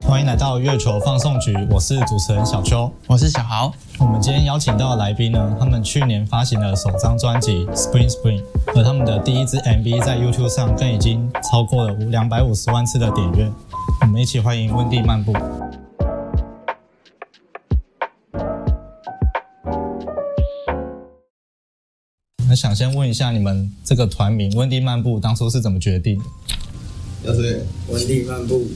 欢迎来到月球放送局，我是主持人小邱。我是小豪。我们今天邀请到的来宾呢，他们去年发行了首张专辑《Spring Spring》，而他们的第一支 MV 在 YouTube 上更已经超过了两百五十万次的点阅。我们一起欢迎温蒂漫步。那想先问一下你们这个团名“温蒂漫步”当初是怎么决定的？要是文地漫步，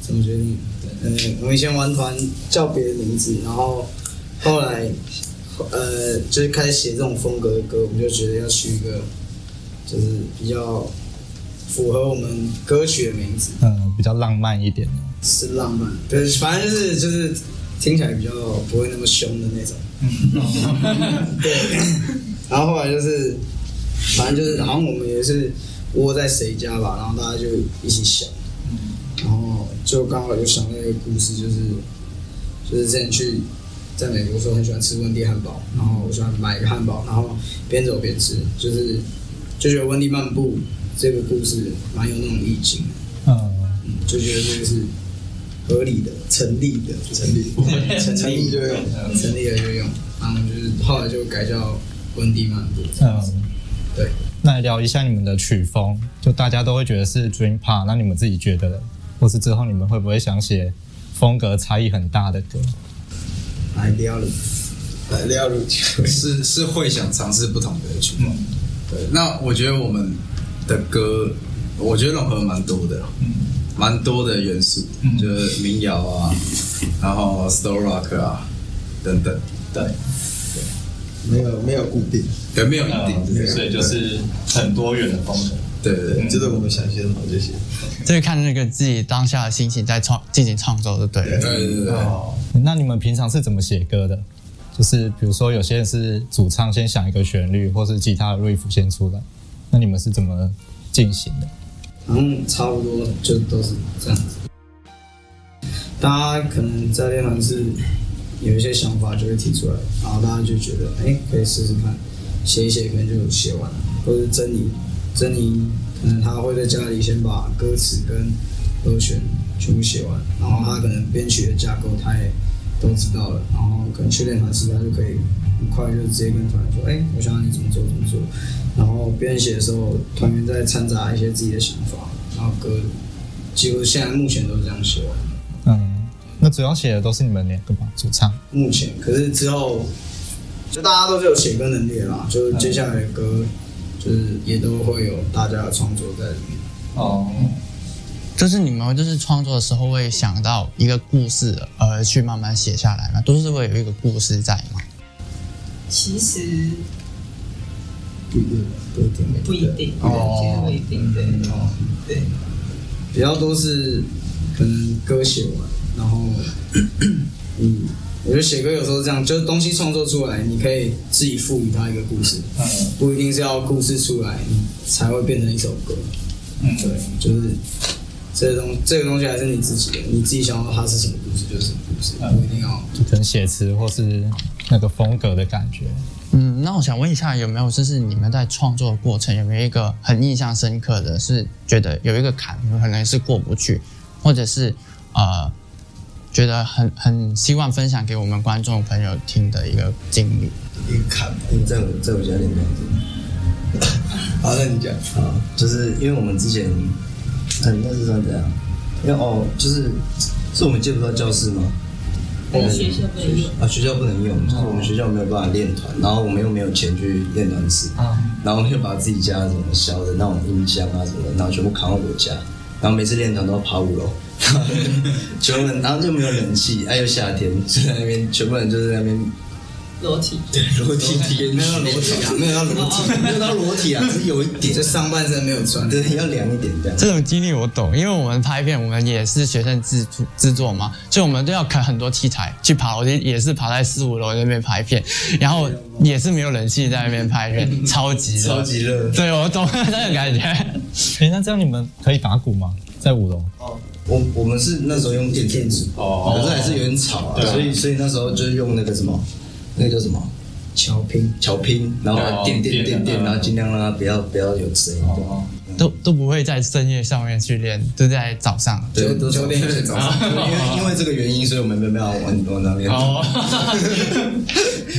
怎么决定？嗯，我们以前玩团叫别的名字，然后后来呃，就是开始写这种风格的歌，我们就觉得要取一个就是比较符合我们歌曲的名字，嗯，比较浪漫一点的。是浪漫，对，反正就是就是听起来比较不会那么凶的那种。 对，然后后来就是，反正就是，好像我们也是窝在谁家吧，然后大家就一起想，然后就刚好就想到一个故事，就是就是之前去在美国的时候很喜欢吃温蒂汉堡，然后我喜欢买一个汉堡，然后边走边吃，就是就觉得温蒂漫步这个故事蛮有那种意境的，呃嗯，嗯，就觉得这个是合理的、成立的、成立、成立就用，成立了就用。然后就是后来就改叫温蒂漫步这样子。嗯对，那来聊一下你们的曲风，就大家都会觉得是 dream pop，那你们自己觉得呢，或是之后你们会不会想写风格差异很大的歌？来聊了，来聊 入是是会想尝试不同的曲风。对，那我觉得我们的歌，我觉得融合蛮多的，蛮多的元素，就是民谣啊，然后 slow rock 啊等等。对，没有没有固定，对，没有一定，对所以就是很多元的风格。对对对，就是我们想写什么就写。就是看那个自己当下的心情在创进行创作就对了。对对对。那你们平常是怎么写歌的？就是比如说有些人是主唱先想一个旋律，或是吉他的 riff 先出来，那你们是怎么进行的？好像差不多就都是这样子。大家可能在练团是有一些想法就会提出来，然后大家就觉得哎、可以试试看，写一写可能就写完了。或者珍妮，珍妮可能她会在家里先把歌词跟和弦全部写完，然后她可能编曲的架构她也都知道了，然后可能去练团时她就可以很快就直接跟团员说，哎、我想要你怎么做怎么做。然后编写的时候，团员再掺杂一些自己的想法，然后歌几乎现在目前都是这样写完。嗯，那主要写的都是你们两个吧，主唱。目前，可是之后就大家都是有写歌能力的啦，就是接下来的歌就是也都会有大家的创作在里面。哦，就是你们就是创作的时候会想到一个故事，而去慢慢写下来嘛，都是会有一个故事在嘛。其实不一定，不一定，哦不一定，其实不一定，对，对，比较多是可能歌写完，然 后嗯，我觉得写歌有时候这样，就是东西创作出来，你可以自己赋予它一个故事，嗯不一定是要故事出来你才会变成一首歌。嗯，对，就是这个东这个东西还是你自己的，你自己想要它是什么故事就是什么故事，嗯不一定要。就可能写词或是那个风格的感觉。嗯，那我想问一下，有没有就是你们在创作的过程有没有一个很印象深刻的是，觉得有一个坎可能是过不去，或者是呃，觉得很很希望分享给我们观众朋友听的一个经历？一个坎吧。在我在我家里面。好，那你讲。啊，就是因为我们之前，嗯，那是算怎样？因为哦，就是是我们借不到教室吗？本学校没有，啊，学校不能用，就是我们学校没有办法练团，然后我们又没有钱去练团室，然后我们就把自己家什么小的那种音箱啊什么的，然后全部扛到我家，然后每次练团都要爬五楼，全部人，然后就没有冷气，哎、又夏天，就在那边全部人就在那边裸体，裸体体没有裸体啊，没有要裸体，没有到裸体啊，只是有一点就，上半身没有穿。对，要凉一点这样。这种经历我懂，因为我们拍片，我们也是学生制作制作嘛，所以我们都要砍很多器材去爬，我就也是爬在四五楼那边拍片，然后也是没有冷气在那边拍片，超级热超。级热，对，我懂 那种感觉。诶，那这样你们可以打鼓吗？在五楼？我我们是那时候用电电子，哦，可是还是有点吵啊，所以所以那时候就是用那个什么，那个叫什么乔拼，哦巧拼，然后把它电电电电，然后尽量让它不要不要有声音。对都都不会在深夜上面去练，都在早上。对，九都是九点早上， 因为因为这个原因，所以我们没办 法玩玩到练团。哦，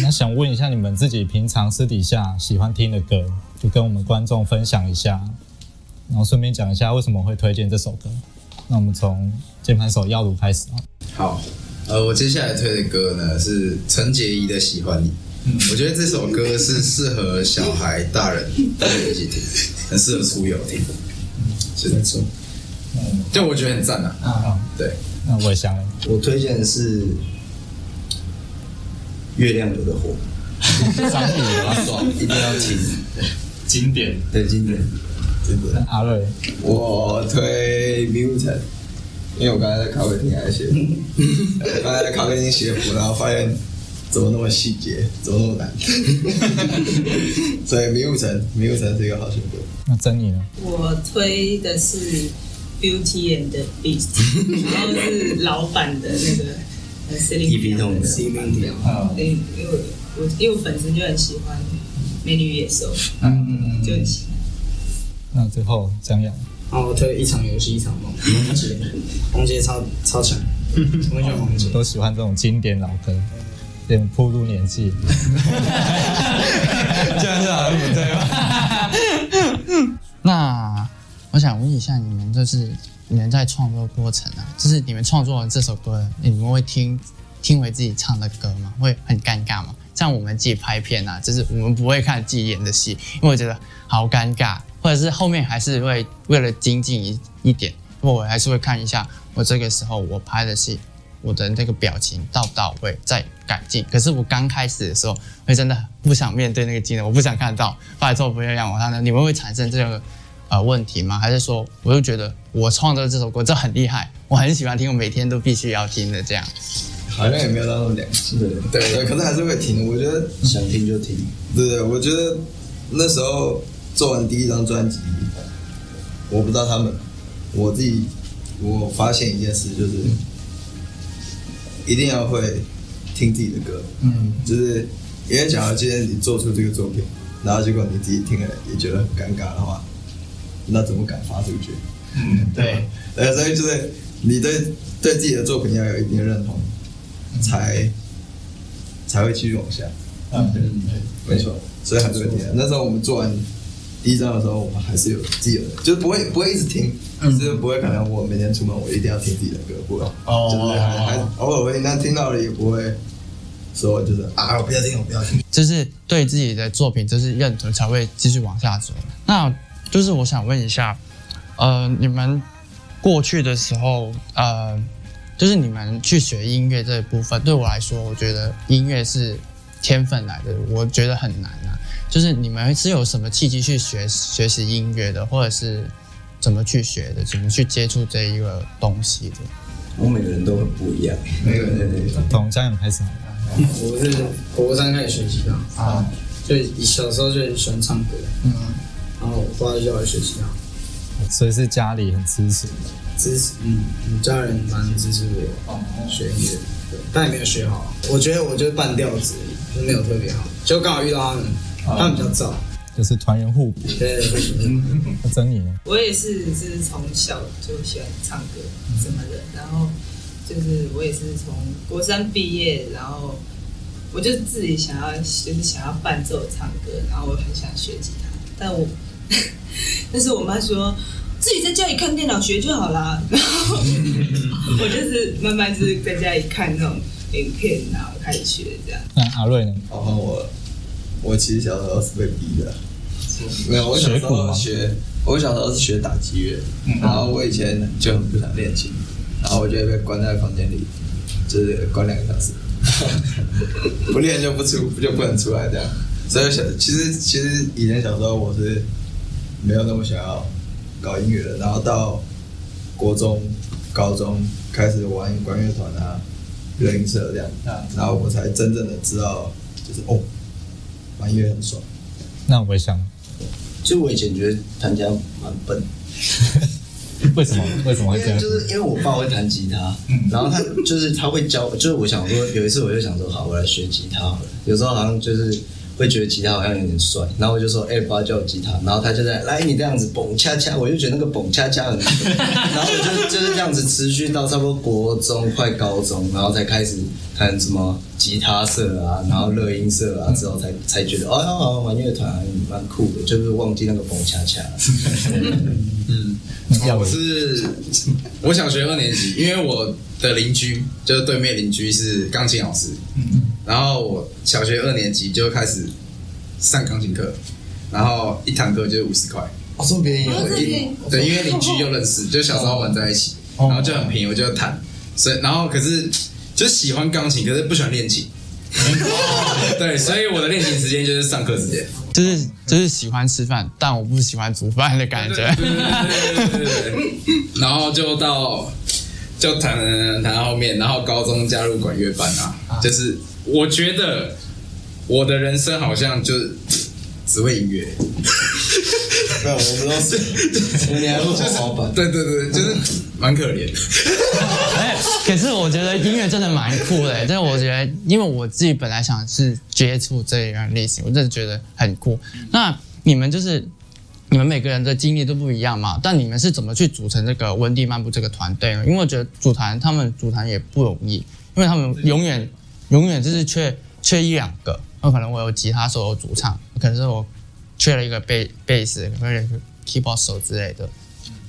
那想问一下，你们自己平常私底下喜欢听的歌，就跟我们观众分享一下，然后顺便讲一下为什么会推荐这首歌。那我们从键盘手耀鲁开始啊。好，呃，我接下来推的歌呢是陈洁仪的《喜欢你》，我觉得这首歌是适合小孩、大 人都可以一起听，很适合出游听。是没错，就我觉得很赞啊。对，那我也想了，我推荐的是《月亮有的火》，张宇啊，爽，一定要听。经典对，经典。那阿瑞，我推 Mutant，因为我刚才在咖啡厅还写，刚才在咖啡厅写谱，然后发现怎么那么细节，怎么那么难，所以 Mutant，Mutant 是一个好选择。那珍妮呢？我推的是 Beauty and the Beast，然后是老版的那个呃 Celine EP 痛的 Celine Dion 对，因为我我因为我本身就很喜欢美女与野兽，嗯就很喜欢。那最后江阳，然后我推一场游戏一场梦，王杰，王杰超超强，我很喜欢王杰。都喜欢这种经典老歌，有点步入年纪。 这样是好像不对吧？ 那我想问一下，你们就是你们在创作过程啊，就是你们创作完这首歌，你们会听听回自己唱的歌吗？会很尴尬吗？像我们自己拍片啊，就是我们不会看自己演的戏，因为我觉得好尴尬，或者是后面还是会为了精进一一点，我还是会看一下我这个时候我拍的戏，我的那个表情到不到位，再改进。可是我刚开始的时候，会真的不想面对那个技能，我不想看到，拜托不要让我看到。你们会产生这个呃问题吗？还是说，我就觉得我创作这首歌这很厉害，我很喜欢听，我每天都必须要听的这样？好像也没有到那么良心。对，对对，可是还是会听。我觉得，想听就听。对对，我觉得那时候做完第一张专辑，我不知道他们，我自己我发现一件事就是，一定要会听自己的歌。嗯，就是因为假如今天你做出这个作品，然后结果你自己听了也觉得很尴尬的话，那怎么敢发出去？对，呃，所以就是你对对自己的作品要有一定的认同，才才会继续往下。嗯，没错，所以还是会听的。那时候我们做完第一章的时候，我们还是有自己的，就是不会不会一直听，就是不会可能我每天出门我一定要听自己的歌，不会，哦就是还还偶尔会听，但听到了也不会说就是啊，我不要听，我不 要听。就是对自己的作品就是认同，才会继续往下走。那就是我想问一下，呃，你们过去的时候，呃，就是你们去学音乐这一部分，对我来说，我觉得音乐是天分来的，我觉得很难啊。就是你们是有什么契机去学学习音乐的，或者是怎么去学的，怎么去接触这一个东西的？我每个人都很不一样，每个人对从江阳开始好了，我是国三开始学吉他，啊，就小时候就很喜欢唱歌，嗯，然后我爸就叫我学吉他，所以是家里很支持。支持，嗯，我家人蛮支持我学音乐，对，但也没有学好。我觉得我就是半吊子，就没有特别好，就刚好遇到他们，他们比较早，就是团员互补。对，那珍妮呢？我也是，就是从小就喜欢唱歌什么的，然后就是我也是从国三毕业，然后我就自己想要，就是想要伴奏唱歌，然后我很想学吉他，但我， 但是我妈说自己在家里看电脑学就好啦，然后我就是慢慢就是在家里看那种影片，然后开始学这样。那阿瑞呢？然后我我其实小时候是被逼的，没有，我小时学鼓吗候学，我小时候是学打击乐，然后我以前就很不想练琴，然后我就被关在房间里，就是关两个小时，不练就不出就不能出来这样。所以小其实其实以前小时候我是没有那么想要搞音乐的，然后到国中、高中开始玩管乐团啊、乐音社这样，然后我才真正的知道，就是哦，玩音乐很爽。那我也想，就我以前觉得弹吉他蛮笨，为什么为什么会因这为样？就是因为我爸会弹吉他，然后他就是他会教，就是我想说有一次我就想说好，我来学吉他好了。有时候好像就是会觉得吉他好像有点帅，然后我就说，哎、爸叫我吉他，然后他就在来你这样子蹦恰恰，我就觉得那个蹦恰恰很丑，然后我就就是这样子持续到差不多国中快高中，然后才开始看什么吉他社啊，然后乐音社啊，之后才才觉得哦，好玩乐团蛮酷的，就是忘记那个蹦恰恰了。我哦是我小学二年级，因为我的邻居就是对面邻居是钢琴老师，嗯然后我小学二年级就开始上钢琴课，然后一堂课就是五十块，哦，这么便宜哦这么便宜对，因为邻居又认识，就小时候玩在一起，哦然后就很便宜，我就弹，所以然后可是就喜欢钢琴，可是不喜欢练 琴，对，所以我的练琴时间就是上课时间，就是就是喜欢吃饭，但我不喜欢煮饭的感觉。 然后就到就弹弹弹到后面，然后高中加入管乐班啊，就是我觉得我的人生好像就只会音乐，没有，我不知道是，你还会滑滑板？对对对，就是蛮可 怜的。哎， 可是我觉得音乐真的蛮酷的，但我觉得，因为我自己本来想是接触这一样类型，我真的觉得很酷。那你们就是你们每个人的经历都不一样嘛，但你们是怎么去组成这个温蒂漫步这个团队呢？因为我觉得组团他们组团也不容易，因为他们永远永远就是缺缺一两个，那可能我有吉他手，有主唱，可是我缺了一个贝贝斯，或者是 keyboard 手之类的。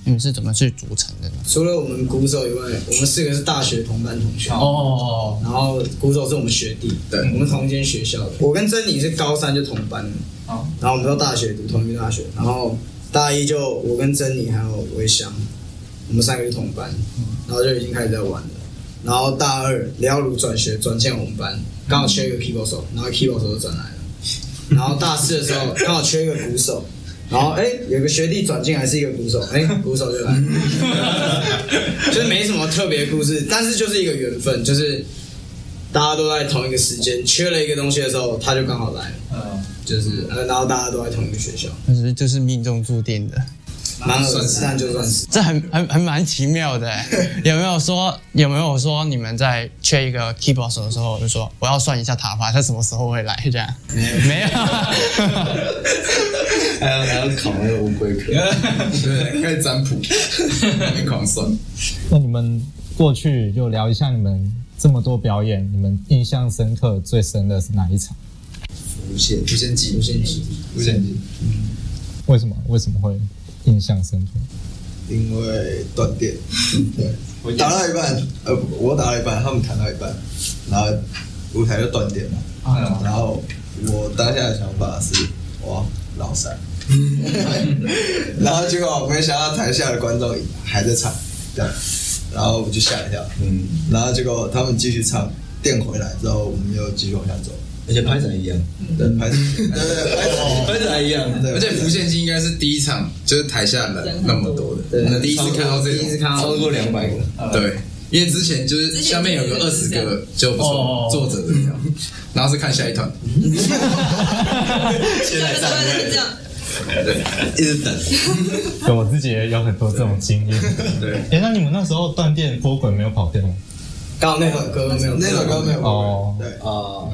你们是怎么去组成的呢？除了我们鼓手以外，我们四个是大学同班同学。哦，然后鼓手是我们学弟，对我们同间学校的。我跟珍妮是高三就同班的，然后我们到大学读同一个大学，然后大一就我跟珍妮还有维翔，我们三个就同班，然后就已经开始在玩了。然后大二雷奥鲁转学转进我们班，刚好缺一个 keyboard 手，然后 keyboard 手就转来了。然后大四的时候刚好缺一个鼓手，然后哎有个学弟转进来是一个鼓手，哎鼓手就来了， 就是没什么特别的故事，但是就是一个缘分，就是大家都在同一个时间，缺了一个东西的时候，他就刚好来了，嗯，就是呃，然后大家都在同一个学校，可是就是命中注定的，蛮合适，但就算是这很很很蛮奇妙的。有没有说有没有说你们在缺一个 keyboard 手的时候，就说我要算一下塔巴他什么时候会来这样？没有，还要还要考那个乌龟壳。对，开始占卜，很狂算。那你们过去就聊一下你们这么多表演，你们印象深刻最深的是哪一场？无限无限无限极，无限极，为什么为什么会印象深刻？因为断电，对，打到一半，呃，我打到一半，他们弹到一半，然后舞台就断电了，然后我当下的想法是，哇，老三，然后结果没想到台下的观众还在唱，这样，然后我就吓一跳，嗯，然后结果他们继续唱，电回来之后，我们又继续往下走，而且拍展一样，对，拍，对对拍手，拍展一样，对，而且无限期应该是第一场，就是台下人那么多的，对那第一次看到这第个，一次看到超过两百个。对，因为之前就是下面有个二十个就不错坐着的这样，然后是看下一团，现在就是这样，对，一直等，对我自己也有很多这种经验。对，哎、那你们那时候断电波滚没有跑电吗？刚好那首歌没有，那首歌没有，哦对。啊，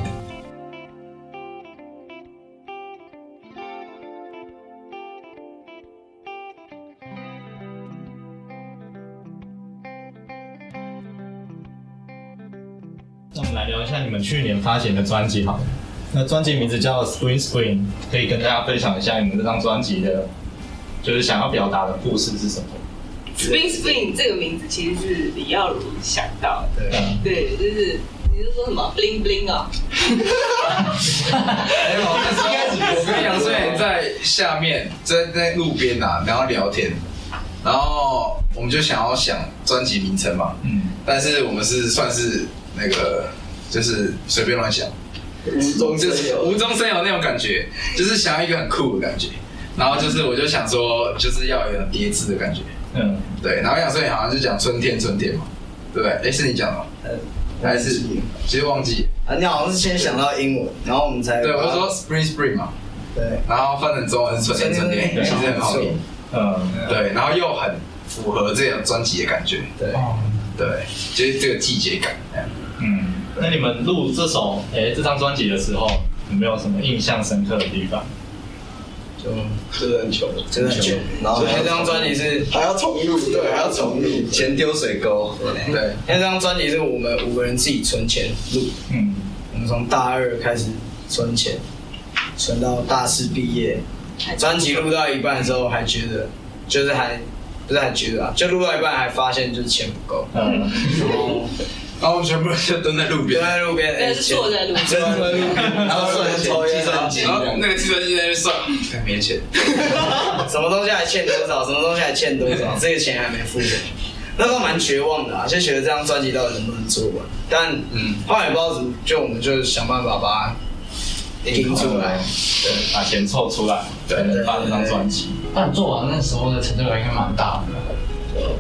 那我们来聊一下你们去年发行的专辑好了。那专辑名字叫《Screen Screen》，可以跟大家分享一下你们这张专辑的，就是想要表达的故事是什么？ Spring Spring 这个名字其实是李耀如想到的，对，嗯对，就是你是说什么 bling bling 啊？哎我跟杨顺在下面，在在路边啊，然后聊天，然后我们就想要想专辑名称嘛，嗯，但是我们是算是那个就是随便乱想，无中就是无中生有那种感觉，就是想要一个很酷的感觉，然后就是我就想说，就是要有点叠字的感觉，嗯，对，然后杨顺好像就讲春天春天嘛，对不对？哎，是你讲的吗？还是其实忘记了，啊，你好像是先想到英文，然后我们才对，我说 spring spring 嘛，对，然后翻成中文是春天春天，其实很好听。呃，对，然后又很符合这张专辑的感觉，对，对，就是这个季节感。嗯，那你们录这首哎、这张专辑的时候，有没有什么印象深刻的地方？就真的很穷，真的很穷。然后所以那张专辑是还要重录，对，还要重录，钱丢水沟，对，那张专辑是我们五个人自己存钱录，嗯，我们从大二开始存钱，存到大四毕业，专辑录到一半的时候还觉得，就是还不是还觉得啊，就录到一半还发现就是钱不够，呃，然后我们全部人就蹲在路 就边，在路边，哎但是坐在路 钱上，坐在路边，然后算钱 抽烟计算啊，机然后那个计算机在那边算，看没钱，什么东西还欠多少，什么东西还欠多少，这个钱还没付的。那时候蛮绝望的啊，就觉得这张专辑到底能不能做完？但嗯，后来也不知道怎么，就我们就想办法把它顶出来。对，把钱凑出来，才能发这张专辑。 但做完那时候的成就感应该蛮大的。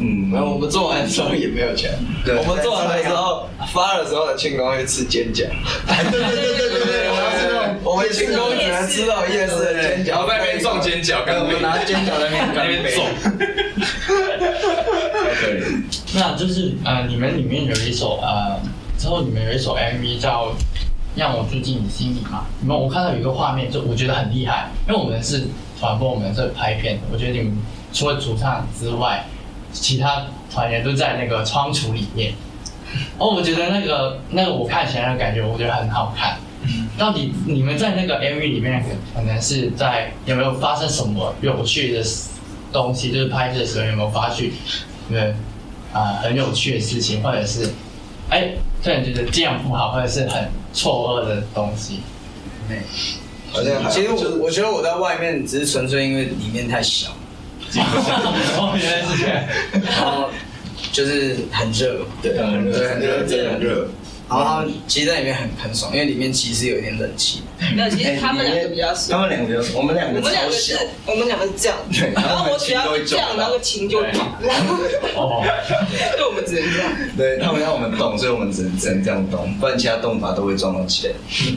嗯，然后我们做完之后也没有钱，对，我们做完的时候发的时候庆功会吃煎饺，对对对对对对，我们是那种我们庆功只能吃到夜市的然煎饺，后在那边撞煎，尖角，对刚我刚们拿煎饺在那边在那干边杯，撞，对，那就是呃，你们里面有一首呃，之后你们有一首 MV 叫《让我住进你心里》嘛？你们我看到有一个画面，就我觉得很厉害，因为我们是团播，我们是拍片的。我觉得你们除了主唱之外，其他团员都在那个仓储里面。哦，我觉得那个那个我看起来的感觉，我觉得很好看。到底你们在那个 MV 里面，可能是在有没有发生什么有趣的东西？就是拍摄的时候有没有发去，对，啊、很有趣的事情，或者是哎，突然觉得这样不好，或者是很错愕的东西。 好像还其实我我觉得我在外面只是纯粹因为里面太小，哦，原来是这样。然后就是很热，对嗯很热很热真的很热，然后他们其实在里面很很爽，因为里面其实有一点冷气，哎没有，其实他们两个比较熟他。们两个比较熟，我们两我个们两超个小是，，我们两个是这样，然后我只要这样，然后琴就跑，哦， 对，我们只能这样。对他们让我们动，所以我们只能只能这样动，不然其他动法都会撞到起来，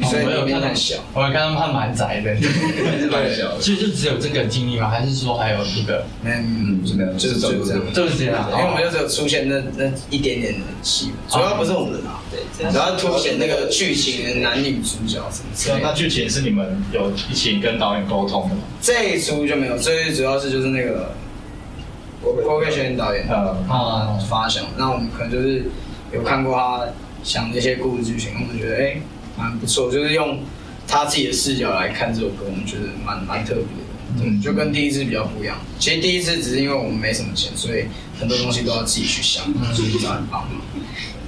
所以我里哦有面看到很小。我有看到他蛮宅的，还是蛮小的。所以就只有这个经历吗？还是说还有一个？嗯，就没有，就是走路这样。就是这样。哦因为我们就只有出现那那一点点冷气，哦主要不是我们啊，对，主要凸显那个剧情的男女主角什么之类的。哦那剧情是你们有一起跟导演沟通的吗？这一出就没有，最主要是就是那个郭佩璇嗯导演呃，他啊，发想，那我们可能就是有看过他想的一些故事剧情，我们觉得哎蛮不错，就是用他自己的视角来看这首歌，我们觉得蛮蛮特别的，对，嗯就跟第一次比较不一样。其实第一次只是因为我们没什么钱，所以很多东西都要自己去想，所以找人帮忙，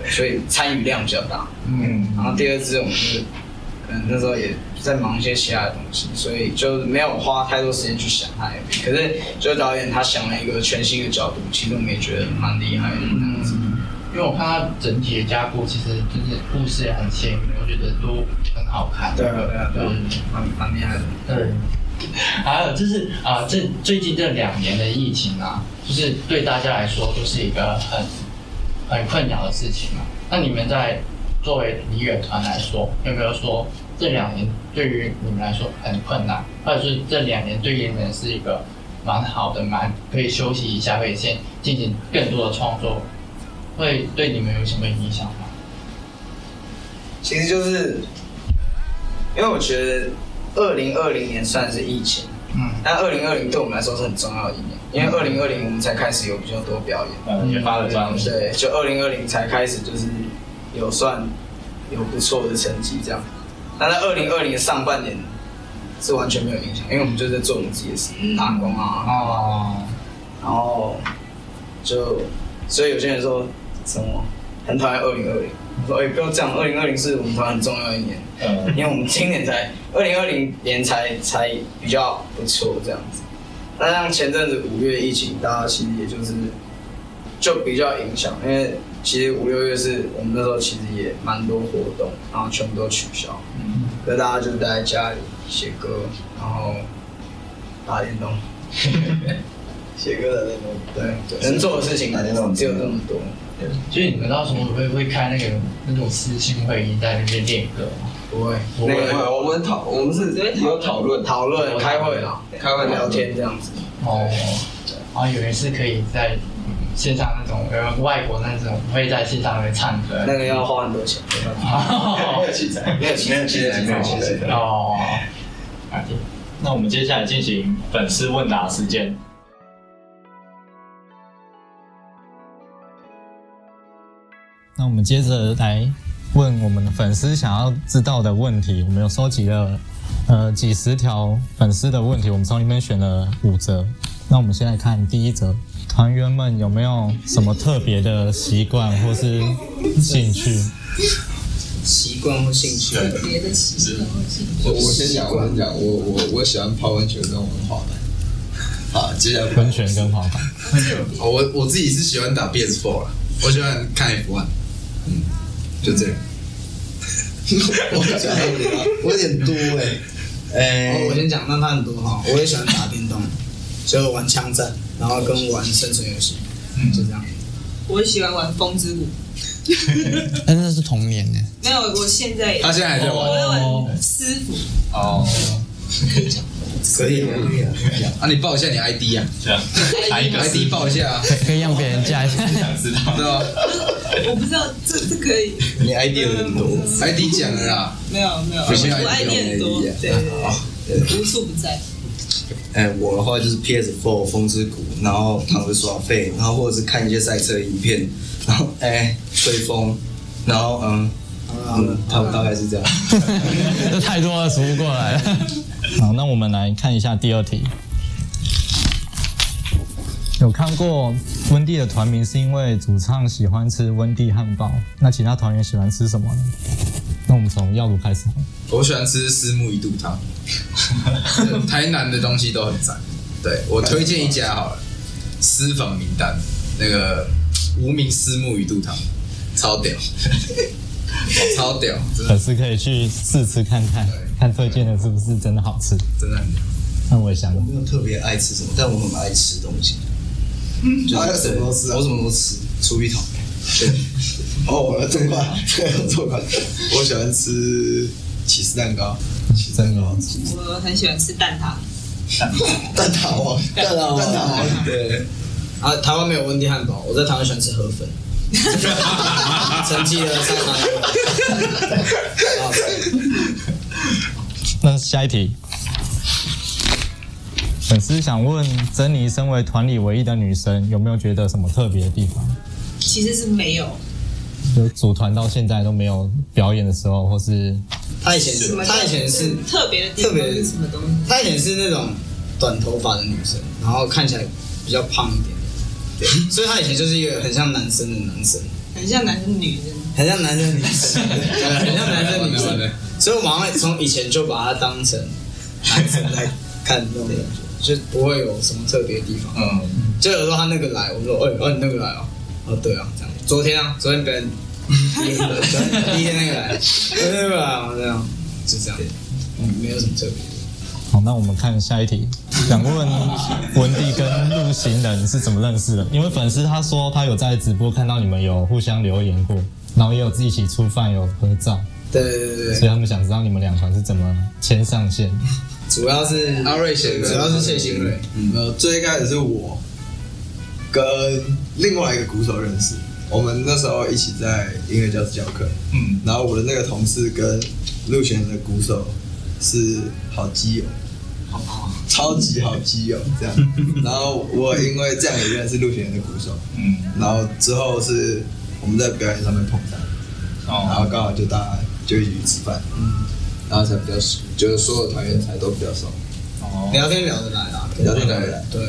对所以参与量比较大。嗯，然后第二支我们是，可能那时候也在忙一些其他的东西，所以就没有花太多时间去想它。可是就是导演他想了一个全新的角度，其实我们也觉得蛮厉害的。嗯因为我看他整体的架构，其实就是故事也很鲜明，我觉得都很好看。对啊，对啊，对啊，蛮蛮厉害的。对， 还有就是啊、这最近这两年的疫情啊，就是对大家来说都是一个很很困扰的事情嘛。那你们在作为离乐团来说，有没有说这两年对于你们来说很困难，或者是这两年对于你们是一个蛮好的，蛮可以休息一下，可以先进行更多的创作，会对你们有什么影响吗？其实就是，因为我觉得二零二零年算是疫情，嗯，但二零二零对我们来说是很重要的一年，因为二零二零我们才开始有比较多表演。嗯呃，也发了专辑，对，就二零二零才开始，就是有算有不错的成绩这样。但在二零二零上半年是完全没有影响，因为我们就在做我们自己的事，打工啊，嗯哦，然后就所以有些人说什么很讨厌二零二零，我说哎、不要这样，二零二零是我们团很重要的一年，嗯呃，因为我们今年才二零二零年才才比较不错这样子。那像前阵子五月疫情，大家其实也就是就比较影响，因为其实五六月是我们那时候其实也蛮多活动，然后全部都取消，嗯所以大家就待在家里写歌，然后打电 动，写歌的那种，对对，能做的事情打电动只有这么多。所以你们到时候会会开那个那种私信会议，在那边练歌吗？不会，不会那对个我们讨我们是有讨论讨论、开会啊，开会聊天这样子。哦，啊，有人是可以在嗯线上那种，呃，外国那种会在线上会唱歌。那个要花很多钱，没办法。哦器材，没有器材，没有器材，没有器材。哦，那我们接下来进行粉丝问答时间。那我们接着来问我们的粉丝想要知道的问题。我们有收集了呃几十条粉丝的问题，我们从里面选了五则。那我们先来看第一则，团员们有没有什么特别的习惯或是兴趣？习惯或兴趣，别的习惯或兴我趣。我先讲，我先讲，我我我喜欢泡温泉跟玩滑板。好，接下来温泉跟滑板。哦，我我自己是喜欢打 PS4 啦，我喜欢看 F1，嗯，就这样。 我讲一点啊，我有点多哎，哦，哎我，先讲，那他很多哈，我也喜欢打电动，就玩枪战，然后跟玩生存游戏，嗯就这样。我喜欢玩风之谷，但那是童年呢。没有，我现在也他现在还在我在玩玩师傅，哦，可以，可以啊。啊，你报一下你 ID 啊这样，哪一个是，ID 报一下啊，可以可以让别人加一下。想知道对吧哎我不知道这这可以你 ID 有点多， ？ID 嗯讲了啦，没有没有，不行我爱念多，对对对，无处不在。哎，我的话就是 PS4 风之谷，然后躺着耍废，然后或者是看一些赛车影片，然后哎吹风，然后嗯好了好了嗯，，他们大概是这样。这太多了，数不过来了。好，那我们来看一下第二题。有看过温蒂的团名是因为主唱喜欢吃温蒂汉堡，那其他团员喜欢吃什么呢？那我们从耀如开始好了。我喜欢吃私木鱼肚汤，台南的东西都很赞。对我推荐一家好了，私房名单那个无名私木鱼肚汤，超屌，超屌，真的粉丝可以去试吃看看，看推荐的是不是真的好吃。真的很屌。那我也想我，没有特别爱吃什么，但我很爱吃东西。嗯就他有什么都吃啊我什么都吃，厨余桶。 哦，我的最快，最快最快，我喜欢吃起司蛋糕，起司蛋糕，我很喜欢吃蛋挞， 蛋挞王，蛋挞王，蛋挞王，对，啊，台湾没有温蒂汉堡，我在台湾喜欢吃河粉。 成绩了，上台了。那下一题。粉丝想问珍妮，身为团里唯一的女生，有没有觉得什么特别的地方？其实是没有，就组团到现在都没有表演的时候，或是他以前是，他以前是，嗯特别的地方是什么东西？他以前是那种短头发的女生，然后看起来比较胖一点，对，所以他以前就是一个很像男生的男生，很像男生女人，很像男生的女生，对很像男生的女完了完了生，所以我马上从以前就把他当成男生来看那种感觉，就不会有什么特别的地方。嗯，就有时候他那个来，我说，哎、哦、你那个来哦，哦，对啊，这样。昨天啊，昨天别人 第一天那个来，昨天那个来哦，这样，就这样，嗯，没有什么特别。好，那我们看下一题。想问文帝跟陆行人是怎么认识的？因为粉丝他说他有在直播看到你们有互相留言过，然后也有自己一起吃饭有合照，对对对所对，以他们想知道你们两团是怎么牵上线。主要是阿瑞先生主要是谢欣瑞，呃，最一开始是我跟另外一个鼓手认识，我们那时候一起在音乐教室教课，嗯，然后我的那个同事跟陆璇的鼓手是好基友，超级好基友这样。然后我因为这样也认识陆璇的鼓手，嗯，然后之后是我们在表演上面碰到，然哦，后刚好就大家就一起去吃饭，嗯，然后才比较熟，就是所有团员才都比较熟，聊天聊得来啊啦，哦聊天聊得来对，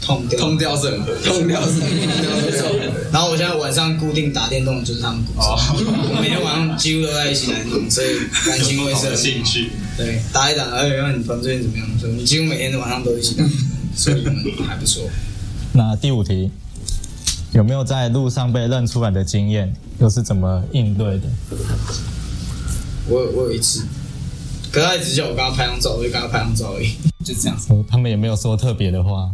痛掉。通调 是很合，痛掉是痛掉哦是然后我现在晚上固定打电动就是他们鼓手， 我每天晚上几乎都在一起来弄，所以感情会是很兴趣。对，打一打，哎，然后你团最近怎么样？所以我们几乎每天晚上都一起打，所以我们还不错。那第五题，有没有在路上被认出来的经验？又是怎么应对的？我有我有一次，可是他一直叫我跟他拍张照，我就跟他拍张照而已，就这样子。说他们也没有说特别的话，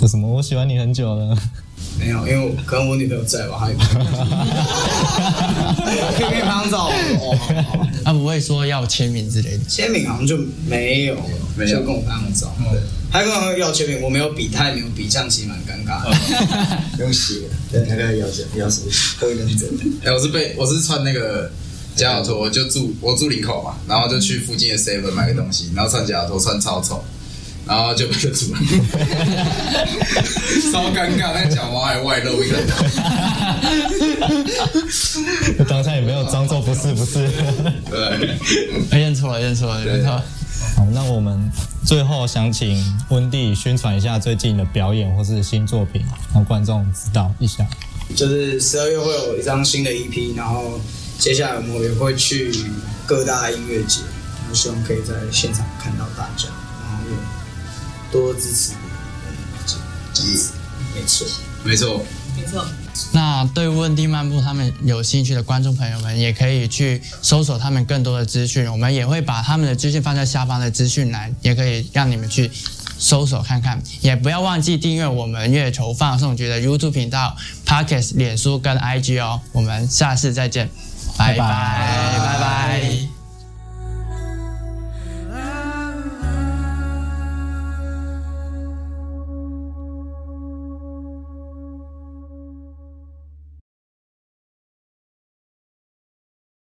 就什么我喜欢你很久了。 没有，因为我可能我女朋友在吧，她有 可以跟你拍张照哦，好好好他啊不会说要签名之类的。签名好像就没有，没有就跟我拍张照。哦对，他跟我要签名，我没有笔，他也没有笔，这样其实蛮尴尬的。用写的，对，那个姚先姚叔会认真。哎、我是被我是穿那个假脚拖，就住我住里口嘛，然后就去附近的 seven 买个东西，然后穿假脚拖穿超丑，然后就被认出来，超尴尬，那个脚毛还外露一个。当下也没有装作不是不是。对，哎认错了，认错了，认错了。好，那我们最后想请温蒂宣传一下最近的表演或是新作品，让观众知道一下。就是十二月会有一张新的 EP，然后接下来我们也会去各大音乐节，然后希望可以在现场看到大家，然后也多支持我们的节目这样子没错，没错，没错，那对问地漫步他们有兴趣的观众朋友们，也可以去搜索他们更多的资讯。我们也会把他们的资讯放在下方的资讯栏，也可以让你们去搜索看看。也不要忘记订阅我们月球放送局的 YouTube 频道、Pockets、脸书跟 IG 哦。我们下次再见，拜拜。